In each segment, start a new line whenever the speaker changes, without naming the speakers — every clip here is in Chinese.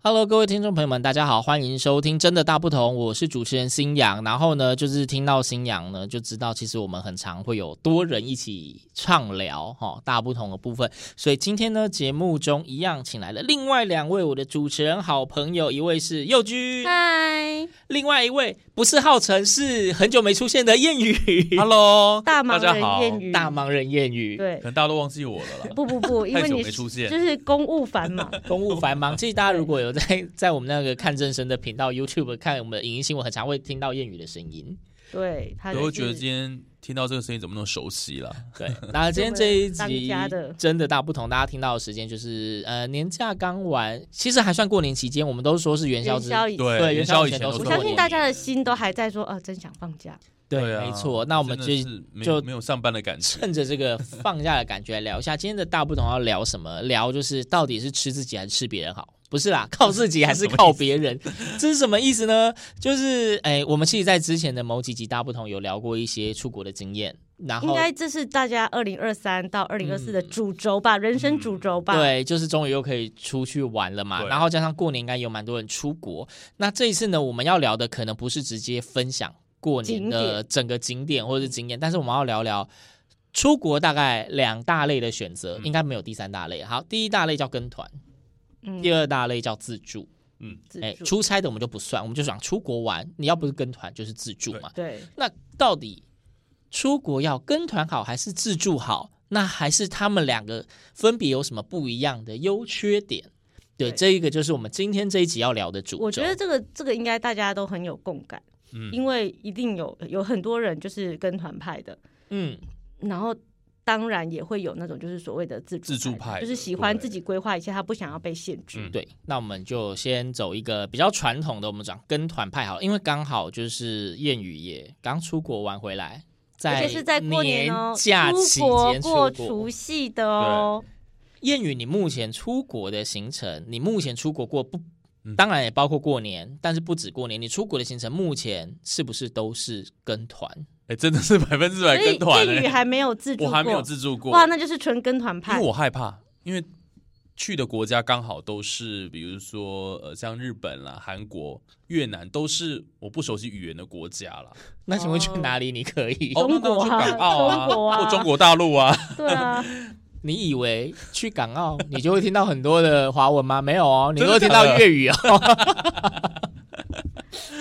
Hello，各位听众朋友们，大家好，欢迎收听《真的大不同》，我是主持人新阳。然后呢，就是听到新阳呢，就知道其实我们很常会有多人一起畅聊哈、哦、大不同的部分。所以今天呢，节目中一样请来了另外两位我的主持人好朋友，一位是佑居，
嗨，
另外一位不是浩辰，是很久没出现的 谚语，
Hello，
大忙
大
人
家好，
谚
可
语，
大忙人谚语。
对，
能大家都忘记我了啦。
不不不，因 为
太久
你
没出现
就是公务繁忙，
公务繁忙，其实大家如果有 在在我们那个看正生的频道 YouTube 看我们的影音新闻，很常会听到谚语的声音。
对，他
我
就
会觉得
是
今天听到这个声音怎么那么熟悉了？
对，那今天这一集
当家的
真的大不同，大家听到的时间就是呃年假刚完，其实还算过年期间，我们都说是元宵
元
之
宵以前，
对
对
元
宵
宵
以
以
前
前都
都是
是
我
过
相
年
信大家的心都还在说，呃，真想放假。
对，
啊
没错。那我们就
真的是没有
就
没有上班的感觉。
趁着这个放假的感觉来聊一下，今天的大不同要聊什么？聊就是到底是吃自己还是吃别人好？不 是啦，靠自己还是靠别人？这是什么意思呢？就是哎，我们其实，在之前的某几集大不同有聊过一些出国的经验，然
应
后
该这是大家二零二三到二零二四的
嗯
主轴吧，人生主轴吧。，
对，就是终于又可以出去玩了嘛。
对
然后加上过年应该有蛮多人出国，那这一次呢，我们要聊的可能不是直接分享过年
景
的
点嗯
整个景点或者是景点，但是我们要聊聊。出国大概两大类的选择，
嗯
应该没有第三大类。好，第一大类叫跟团，
嗯
第二大类叫自助。
嗯，
自
哎，
助
出差的我们就不算，我们就想出国玩，你要不是跟团就是自助嘛。
对，
那到底出国要跟团好还是自助好？那还是他们两个分别有什么不一样的优缺点？对，
对
这一个就是我们今天这一集要聊的主轴。
我觉得这个这个应该大家都很有共感，
嗯
因为一定有有很多人就是跟团派的，
嗯，
然后当然也会有那种就是所谓的自助
自助派的
就是喜欢
对
自己规划一下，他不想要被限制。
嗯
对，那我们就先走一个比较传统的，我们讲跟团派好了，因为刚好就是谚语也刚出国玩回来，
而
在
且是在过年哦，
假期
出国
间
过
出国
除夕的哦，
谚语，你目前出国的行程，你目前出国过不
嗯？
当然也包括过年，但是不止过年，你出国的行程目前是不是都是跟团？
哎，真的是百分之百
所以
跟团
谚语
欸，
还没有自助
我
过，
还没有自助过，
哇，那就是纯跟团
因
派
为。我害怕，因为去的国家刚好都是，比如说呃，像日本啦、韩国、越南，都是我不熟悉语言的国家啦。
那请问去哪里？你可以？
哦，那
中国啊
那去港澳
中国啊
或中国大陆啊，
对啊，
你以为去港澳你就会听到很多的华文吗？没有 哦，你
真
都
的
会听到粤语哦。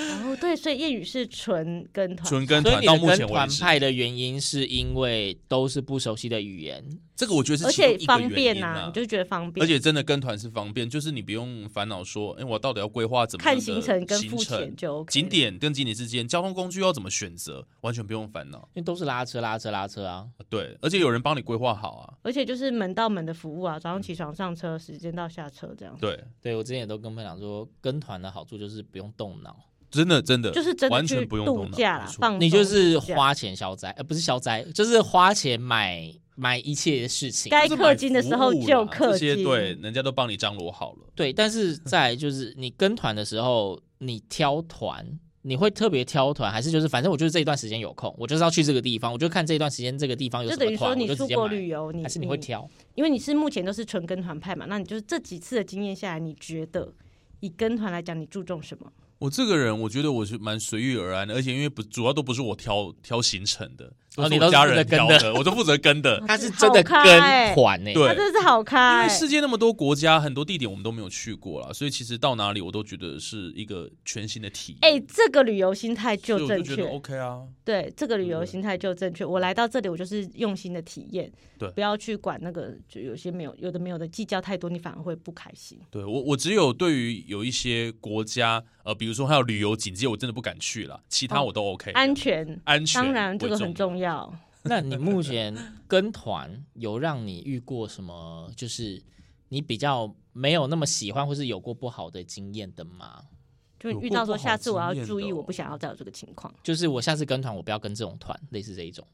然后哦对，所以谚语是纯跟团，
纯跟
所以
团
你
到
的
目
跟
前为
团
止，
派的原因是因为都是不熟悉的语言，
这个我觉得是
而
其中
且
一个
方
原
便
因啊
呐、你就觉得方便，
而且真的跟团是方便，就是你不用烦恼说，哎、我到底要规划怎么样
看
的
行程跟
行
付钱
程
就 OK。
景点跟景点之间，交通工具要怎么选择，完全不用烦恼。
因为都是拉车、拉车、拉车啊。
对，而且有人帮你规划好啊。
而且就是门到门的服务啊，早上起床上车，时间到下车这样，
对，
对我之前也都跟朋友讲说，跟团的好处就是不用动脑，
真的真的
就是真的
完
去
全不用动
度
脑
假啦，
没错
放松
你就是
度假
花钱消灾，呃，不是消灾，就是花钱买买一切的事情。
该
就是
氪
买
金的
服
时候
务
就
啦
氪
这些
金，
对，人家都帮你张罗好了。
对，但是在就是你跟团的时候，你挑团，你会特别挑团，还是就是反正我就是这一段时间有空，我就是要去这个地方，我就看这一段时间这个地方有
就
什
等于
么
说
团，我
你
就直
出
接
国
买。
旅游，你
还是你会，挑？
因为你是目前都是纯跟团派嘛，那你就是这几次的经验下来，你觉得以跟团来讲，你注重什么？。
我这个人，我觉得我是蛮随遇而安的，而且因为不主要都不是我挑挑行程的，都
哦你
是
都
我
是
家
负责
人
跟
挑
的
的，我都负责跟的
他是真的
好开欸
跟团欸呢、
对
他啊真的是好
因
开
为，世界那么多国家，很多地点我们都没有去过啦，所以其实到哪里我都觉得是一个全新的体
哎、
验。
这个旅游心态
所以
就
我就
正
觉得
确，
OK 啊，
对，这个旅游心态就正确。我来到这里，我就是用心的体验，
对
不要去管那个，就有些没有，有的没有的计较太多，你反而会不开心。
对我我只有对于有一些国家，呃，比如说还有旅游警戒，我真的不敢去啦，其他我都 OK 的、
哦安全，
哎啊安全
当然这个
为
很重要。
那你目前跟团有让你遇过什么？就是你比较没有那么喜欢，或是有过不好的经验的吗？
就
有
遇
过
到
不
说
好
下次我要
经验
注
的
意，
哦
我不想要再有这个情况。
就是我下次跟团，我不要跟这种团，类似这一种。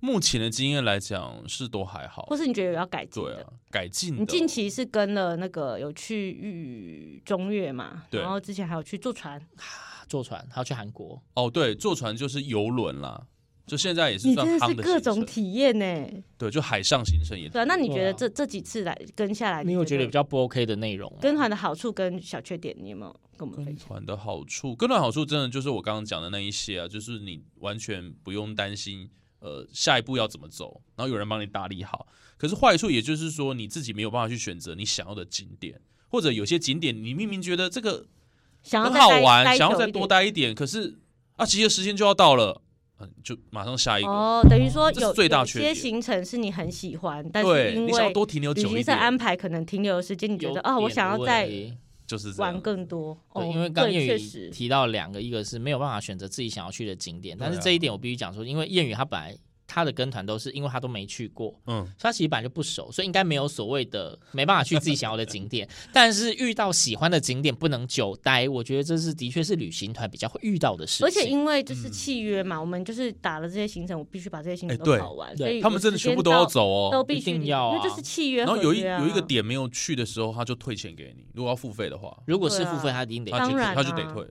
目前的经验来讲是都还好
或，是你觉得有要改进
对
的？
啊，改进的
你近期是跟了那个有去玉中越嘛，
对
然后之前还有去坐船，
坐船，他要去韩国，
哦，对，坐船就是游轮啦，就现在也是
你
算
真的
夯
是
的
各
行
种
程，
体验呢、
对，就海上行程也
对啊，那你觉
对
得
啊
这这几次来跟下来，
你有觉得比较不 OK 的内容吗？
跟团的好处跟小缺点，你有没有跟我们
跟
分享？
团的好处，跟团好处真的就是我刚刚讲的那一些啊，就是你完全不用担心，呃，下一步要怎么走，然后有人帮你打理好。可是坏处也就是说，你自己没有办法去选择你想要的景点，或者有些景点你明明觉得这个
想要
很
再
好
待
玩，
待
想要
久
再
一
多
点
待一点，可是啊，其实时间就要到了，嗯，就马上下一个，
哦，等于说
这是
有
最大
有
缺
些
点
行程是你很喜欢，但是
对
因
你想要
为
多停留
旅
久
行
一
社安
点，
排可能停留的时间，你觉
有
得哦，我
点
想要
问
再
题
就是这
玩
样。
更多。哦
对，，因为刚
对，
谚
确
语
实，
提到两个，一个是没有办法选择自己想要去的景点，但是
对啊
这一点我必须讲说，因为谚语他本来他的跟团都是因为他都没去过，
嗯，
所以他其实本来就不熟，所以应该没有所谓的没办法去自己想要的景点。但是遇到喜欢的景点不能久待，我觉得这是的确是旅行团比较会遇到的事情。
而且因为就是契约嘛，我们就是打了这些行程，我必须把这些行
嗯
程
哎对
都跑完，所
对
以
他们
我
真的
时
全
间
部都要
到，
走哦，
都必
一
须
定
离
要
因为
啊
这是契约
然
合
后
约啊。
有一有一个点没有去的时候，他就退钱给你，如果要付费的话。
如果是
对啊
付费，他一定得
他就
当然
他就得
啊
退。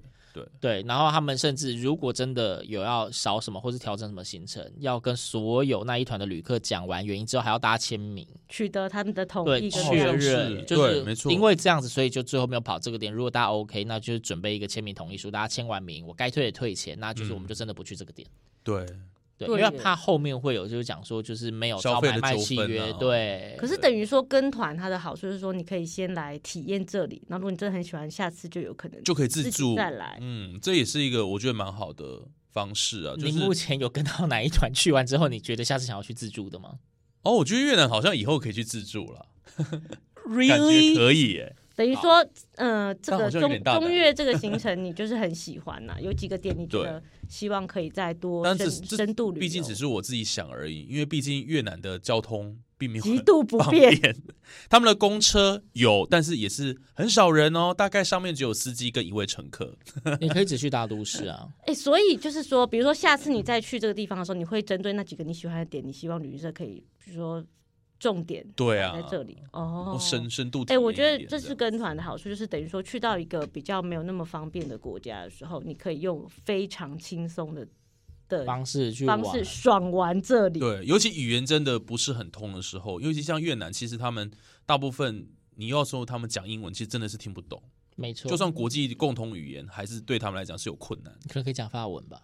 对，然后他们甚至如果真的有要少什么或是调整什么行程，要跟所有那一团的旅客讲完原因之后，还要大家签名，
取得他们的同
对，
意跟
好
确
像
认
是
认，就
对
是
没错
因为这样子，所以就最后没有跑这个点。如果大家 OK，那就是准备一个签名同意书，大家签完名，我该退的退钱，那就是
嗯
我们就真的不去这个点。
对，
对
对，因为
耶
怕后面会有就是讲说就是没有
消
照
费
买
的
卖
纠
契
纷
约，
啊
对。
可是等于说跟团，它的好处是说，你可以先来体验这里，然后如果你真的很喜欢，下次就有可能
就可以
自
自
己
助。
再来。
嗯，这也是一个我觉得蛮好的方式啊。就
你目
是
前有跟到哪一团去完之后，你觉得下次想要去自助 的吗
哦，我觉得越南好像以后可以去自助了，感觉可以耶。
等于说，呃，这
但
个
好像有
中
点大胆
中越这个行程，你就是很喜欢呐、有几个点你觉得希望可以再多
但
深
只这
深度旅游，
毕竟只是我自己想而已，因为毕竟越南的交通并没有
极
很
度不
方
便。
便，他们的公车有，但是也是很少人哦，大概上面只有司机跟一位乘客。
你可以只去大都市啊，
哎、所以就是说，比如说下次你再去这个地方的时候，你会针对那几个你喜欢的点，你希望旅行社可以，比如说重点
对啊
摆，在这里哦
哦，。深深度体
哎、
验一点。
我觉得这是
样
跟团的好处，就是等于说去到一个比较没有那么方便的国家的时候，你可以用非常轻松的的
方式去玩
方。式爽玩这里。哦
对，尤其语言真的不是很通的时候，尤其像越南，其实他们大部分你要说他们讲英文，其实真的是听不懂。
没错，
就算国际共同语言，还是对他们来讲是有困难。
可能可以讲法文吧，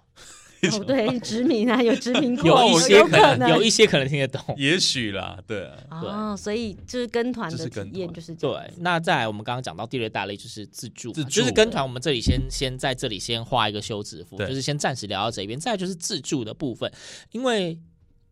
哦，对，殖民啊，有殖民过，
有一些
有
可
能，
能，有一些可能听得懂。
也许啦，对啊，
哦，所以就是跟团
这
的
是
体
跟
验
团
就是这样
对，那再来我们刚刚讲到第二大类就是自助嘛，
自助
就是跟团。我们这里先先在这里先画一个休止符，
对
就是先暂时聊到这边。再来就是自助的部分，因为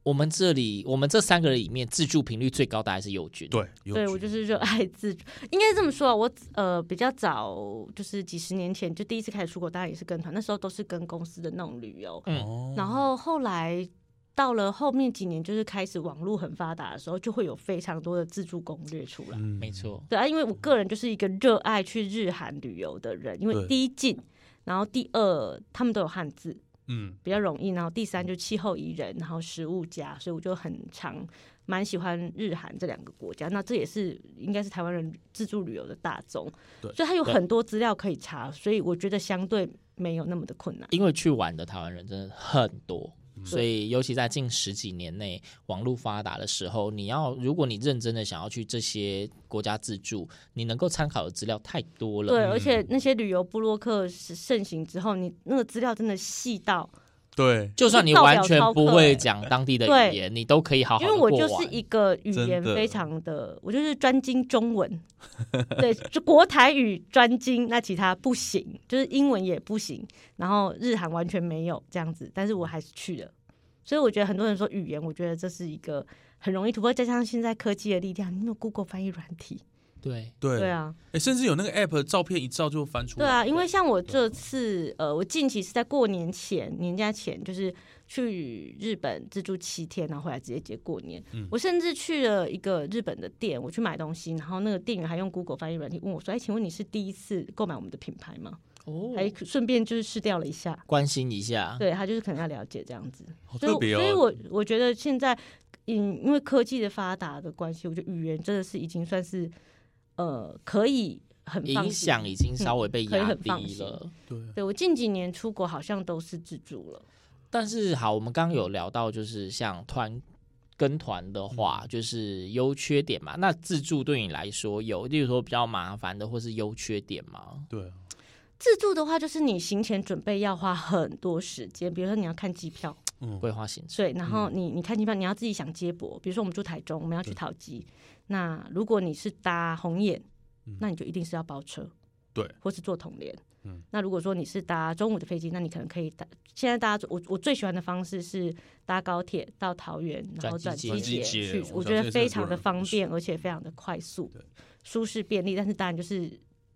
我们这里我们这三个人里面自助频率最高的还是友军。
对，有
对
趣
我就是热爱自助，应该这么说啊。我呃比较早，就是几十年前就第一次开始出国，当然也是跟团，那时候都是跟公司的那种旅游。
嗯
哦
然后后来到了后面几年，就是开始网络很发达的时候，就会有非常多的自助攻略出来。
嗯
没错，
对啊，因为我个人就是一个热爱去日韩旅游的人，因为
对
第一近，然后第二他们都有汉字，
嗯，
比较容易，然后第三就气候宜人，然后食物佳，所以我就很常蛮喜欢日韩这两个国家。那这也是应该是台湾人自助旅游的大宗，
对
所以它有
对
很多资料可以查，所以我觉得相对没有那么的困难。
因为去玩的台湾人真的很多。
嗯
所以，尤其在近十几年内网络发达的时候，你要如果你认真的想要去这些国家自助，你能够参考的资料太多了。
对，而且那些旅游部落客是盛行之后，你那个资料真的细到，
对，
就算你完全不会讲当地的
欸对
语言，你都可以好好
因
的
为
过
我
完。
就是一个语
真
言
的
非常的，我就是专精中文，对，就国台语专精，那其他不行，就是英文也不行，然后日韩完全没有这样子，但是我还是去了。所以我觉得很多人说语言，我觉得这是一个很容易突破，再加上现在科技的力量，你有 Google 翻译软体，
对，
对
对，啊，
哎，甚至有那个 app 照片一照就翻出
对
来。
啊，因为像我这次，呃，我近期是在过年前、年假前，就是去日本自助七天，然后回来直接接过年。
嗯
我甚至去了一个日本的店，我去买东西，然后那个店员还用 Google 翻译软体问我说：“哎，请问你是第一次购买我们的品牌吗？”
哦
还顺便就是试掉了一下。
关心一下，
对他就是可能要了解这样子，
啊好
所以
特
我
别哦。
所以我我觉得现在，嗯，因为科技的发达的关系，我觉得语言真的是已经算是呃可以很放心
影响已经稍微被
可以
压
很放
低
心
了。
对，
对我近几年出国好像都是自助了，
但是好，我们刚刚有聊到，就是像团跟团的话，就是优缺点嘛。那自助对你来说有，例如说比较麻烦的，或是优缺点吗？
对
嗯
啊，
自助的话就是你行前准备要花很多时间，比如说你要看机票，
嗯，
规划行程，
对，然后你你看机票你要自己想接驳，比如说我们住台中，我们要去桃机，那如果你是搭红眼
嗯，
那你就一定是要包车，
对，
或是坐统联。
嗯
那如果说你是搭中午的飞机，那你可能可以搭。现在大家我我最喜欢的方式是搭高铁到桃园，然后转
转机
机
捷
捷
转机捷
去
我，
我
相信
觉
也是
得
很
非
多
常的
人
方便，而且非常的快速
对、
舒适、便利。但是当然就是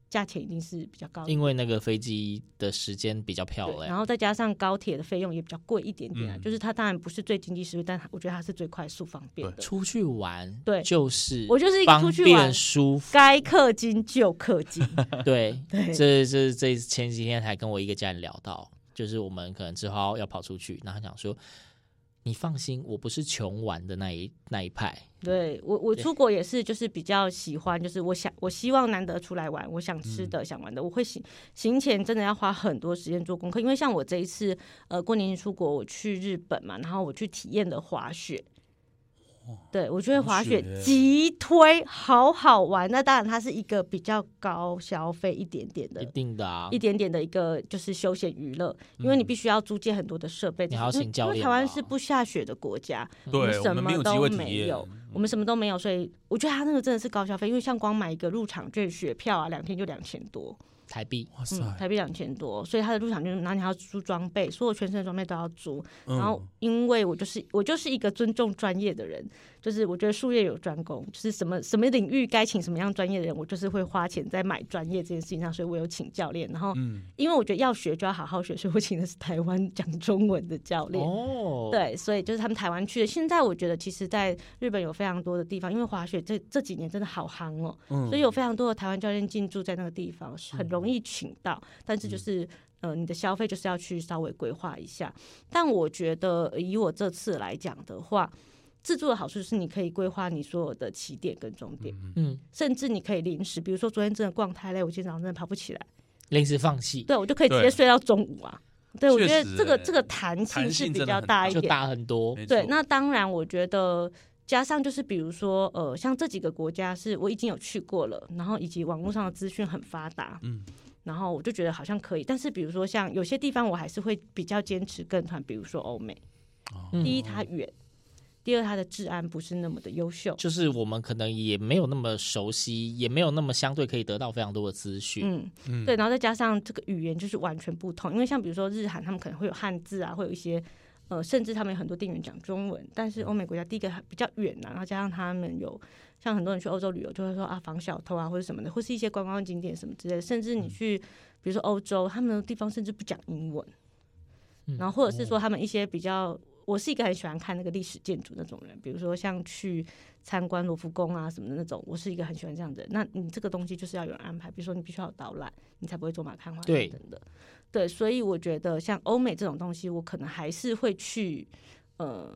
价钱一定是比较高一点
因为那个飞机的时间比较漂
对，然
亮。
后再加上高铁的费用也比较贵一点点啊，
嗯
就是它当然不是最经济实惠，但我觉得它是最快速方便的。
出去玩，
对
就是
我就是一个
方
出去玩
便，舒服，
该氪金就氪 金，
对，
对
这这这前几天才跟我一个家人聊到，就是我们可能之后要跑出去，然后他讲说，你放心，我不是穷玩的那一那一派，
对我我出国也是，就是比较喜欢，就是我想我希望难得出来玩，我想吃的、想玩的，我会行行前真的要花很多时间做功课，因为像我这一次呃过年出国，我去日本嘛，然后我去体验了滑雪。对，我觉得
滑
滑
雪
雪极推，好好玩。那当然，它是一个比较高消费一点点的
一定的啊
一，点点的一个就是休闲娱乐，因为你必须要租借很多的设备，
嗯你还要
因为
请教练
因为台湾
吧嗯
是不下雪的国家，我
对，
们
我
什
们没有
么
机
都
会体
没
验嗯
有，，我们什么都没有，所以我觉得他那个真的是高消费，因为像光买一个入场券、雪票啊，两天就两千多，
台币。
哇塞，
嗯，台币两千多，所以他的入场券，然后你还要租装备，所有全身的装备都要租。然后
嗯
因为我就是我就是一个尊重专业的人，就是我觉得术业有专攻，就是什么什么领域该请什么样专业的人，我就是会花钱在买专业这件事情上，所以我有请教练，然后
嗯，
因为我觉得要学就要好好学，所以我请的是台湾讲中文的教练。
哦，，
对，所以就是他们台湾去的。现在我觉得，其实在日本有非常多的地方，因为滑雪这这几年真的好夯哦，
嗯
所以有非常多的台湾教练进驻在那个地方，很容易请到。但
嗯
是就是，呃，你的消费就是要去稍微规划一下。但我觉得呃以我这次来讲的话，自助的好处是你可以规划你所有的起点跟终点，
嗯，
甚至你可以临时，比如说昨天真的逛太累，我今天早上真的爬不起来，
临时放弃
对我就可以直
对
接睡到中午啊。对，我觉
确
得
实
这个
欸
这个弹
弹
性是
性
比
真的
较
很
大
大
一
就
点，
大很多。
没
对，
错
那当然，我觉得加上就是比如说，呃，像这几个国家是我已经有去过了，然后以及网络上的资讯很发达，
嗯，
然后我就觉得好像可以。但是比如说像有些地方，我还是会比较坚持跟团，比如说欧美，
哦
嗯
第一它远，第二它的治安不是那么的优秀，
就是我们可能也没有那么熟悉，也没有那么相对可以得到非常多的资讯。
嗯，对，然后再加上这个语言就是完全不同，因为像比如说日韩，他们可能会有汉字啊，会有一些呃，甚至他们有很多店员讲中文，但是欧美国家第一个比较远啊，然后加上他们有像很多人去欧洲旅游就会说啊防小偷啊或者什么的，或是一些观光景点什么之类的，甚至你去比如说欧洲，他们的地方甚至不讲英文，然后或者是说他们一些比较。我是一个很喜欢看那个历史建筑那种人，比如说像去参观罗浮宫啊什么的那种，我是一个很喜欢这样的人。那你这个东西就是要有人安排，比如说你必须要有导览，你才不会走马看花
对
等等的。对，所以我觉得像欧美这种东西，我可能还是会去呃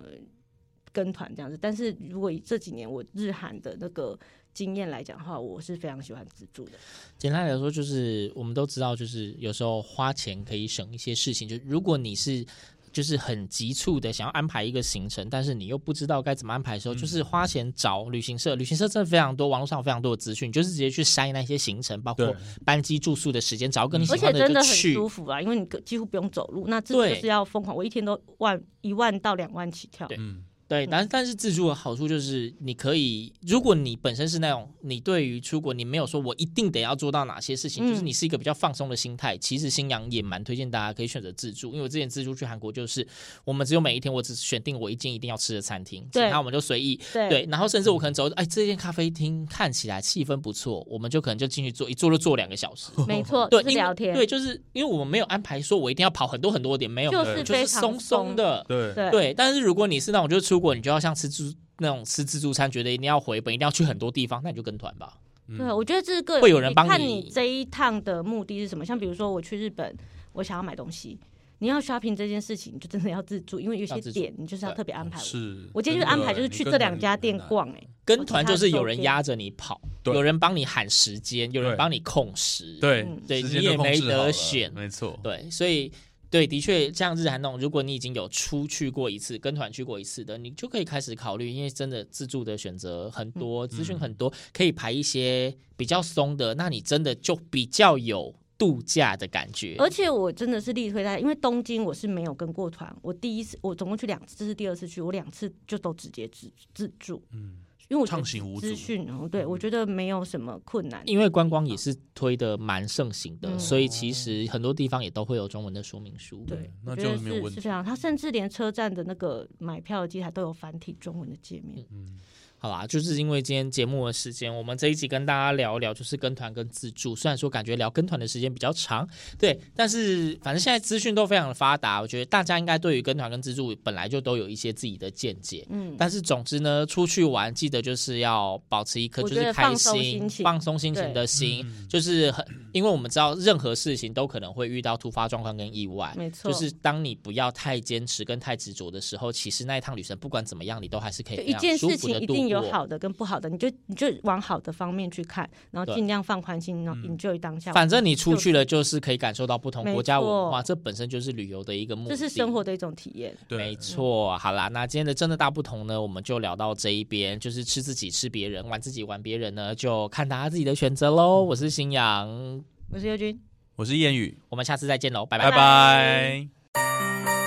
跟团这样子。但是如果以这几年我日韩的那个经验来讲的话，我是非常喜欢自助的。
简单来说，就是我们都知道，就是有时候花钱可以省一些事情。就如果你是就是很急促的想要安排一个行程，但是你又不知道该怎么安排的时候，就是花钱找旅行社。旅行社真的非常多，网络上有非常多的资讯，就是直接去筛那些行程，包括
对
班机、住宿的时间，找到跟你喜
而且
欢
真
就
的很
去。
舒服啊，因为你几乎不用走路，那自助
对
就是要疯狂，我一天都万一万到两万起跳
对。
嗯，
对，但但是自助的好处就是，你可以，如果你本身是那种你对于出国，你没有说我一定得要做到哪些事情，
嗯
就是你是一个比较放松的心态。其实新阳也蛮推荐大家可以选择自助，因为我之前自助去韩国就是，我们只有每一天我只选定我一间一定要吃的餐厅，其
对
他我们就随意。
对嗯
对，然后甚至我可能走，哎，这间咖啡厅看起来气氛不错，我们就可能就进去坐，一坐就坐两个小时。
没错，
对，
哦就是
因为
聊天，
对，就是因为我们没有安排说我一定要跑很多很多点，没有，
就是
就是
非常
松松的，
对，
对
对，但是如果你是那种就是出国，你就要像吃自助那种吃自助餐，觉得一定要回本，一定要去很多地方，那你就跟团吧。
嗯
对，我觉得这是个
会有人帮
你看
你
这一趟的目的是什么。像比如说我去日本，我想要买东西，你要 shopping 这件事情，你就真的要自助，因为有
要
些
自助
点你就是要特别安排。
是，
我今天就
真
安
的
排就是
你
去
跟
这
团
两家
很
店
难
逛，哎，
跟团就是有人压着你跑，
对
有人帮你喊时间，有人
对
帮你控时，
对
嗯
对
时间
你
都
也
控
没
制
得
好了
选
没错，
对，所以对，的确像日韩那种，如果你已经有出去过一次，跟团去过一次的，你就可以开始考虑，因为真的自助的选择很多，资
嗯
讯很多，可以排一些比较松的，那你真的就比较有度假的感觉。
而且我真的是力推大家，因为东京我是没有跟过团，我第一次我总共去两次，这是第二次去，我两次就都直接自自助，
嗯，
因为我觉得
畅行无阻
资。讯，嗯对我觉得没有什么困难。
因为观光也是推的蛮盛行的，
嗯
所以其实很多地方也都会有中文的说明书。
对，
那
我
就
觉得
没有问
是
题
是非常，他甚至连车站的那个买票的机台都有繁体中文的界面。
好啦，就是因为今天节目的时间，我们这一集跟大家聊一聊，就是跟团跟自助。虽然说感觉聊跟团的时间比较长，对，但是反正现在资讯都非常的发达，我觉得大家应该对于跟团跟自助本来就都有一些自己的见解。
嗯，
但是总之呢，出去玩记得就是要保持一颗
我
就
觉得
是开
放松
心
心、情
放松心情
对
的心，就是很，因为我们知道任何事情都可能会遇到突发状况跟意外，
没错
嗯就是当你不要太坚持跟太执着的时候，其实那一趟旅程不管怎么样，你都还是可以
就
非
一
常
件
舒
事
服地
情一
度
定有
过
好的跟不好的，你就你就往好的方面去看，然后
对
尽量放宽心，然后 enjoy 当下。
反正你出去了，就是可以感受到不同
没
国家文化，
错
这本身就是旅游的一个目
这
的。
是生活的嗯一种体验。
对，
没错，好啦，那今天的真的大不同呢，我们就聊到这一边，就是吃自己吃别人，玩自己玩别人呢，就看大家自己的选择喽。
嗯
我是新阳，
我是尤军。
我是谚语，
我们下次再见喽，拜拜
拜。拜。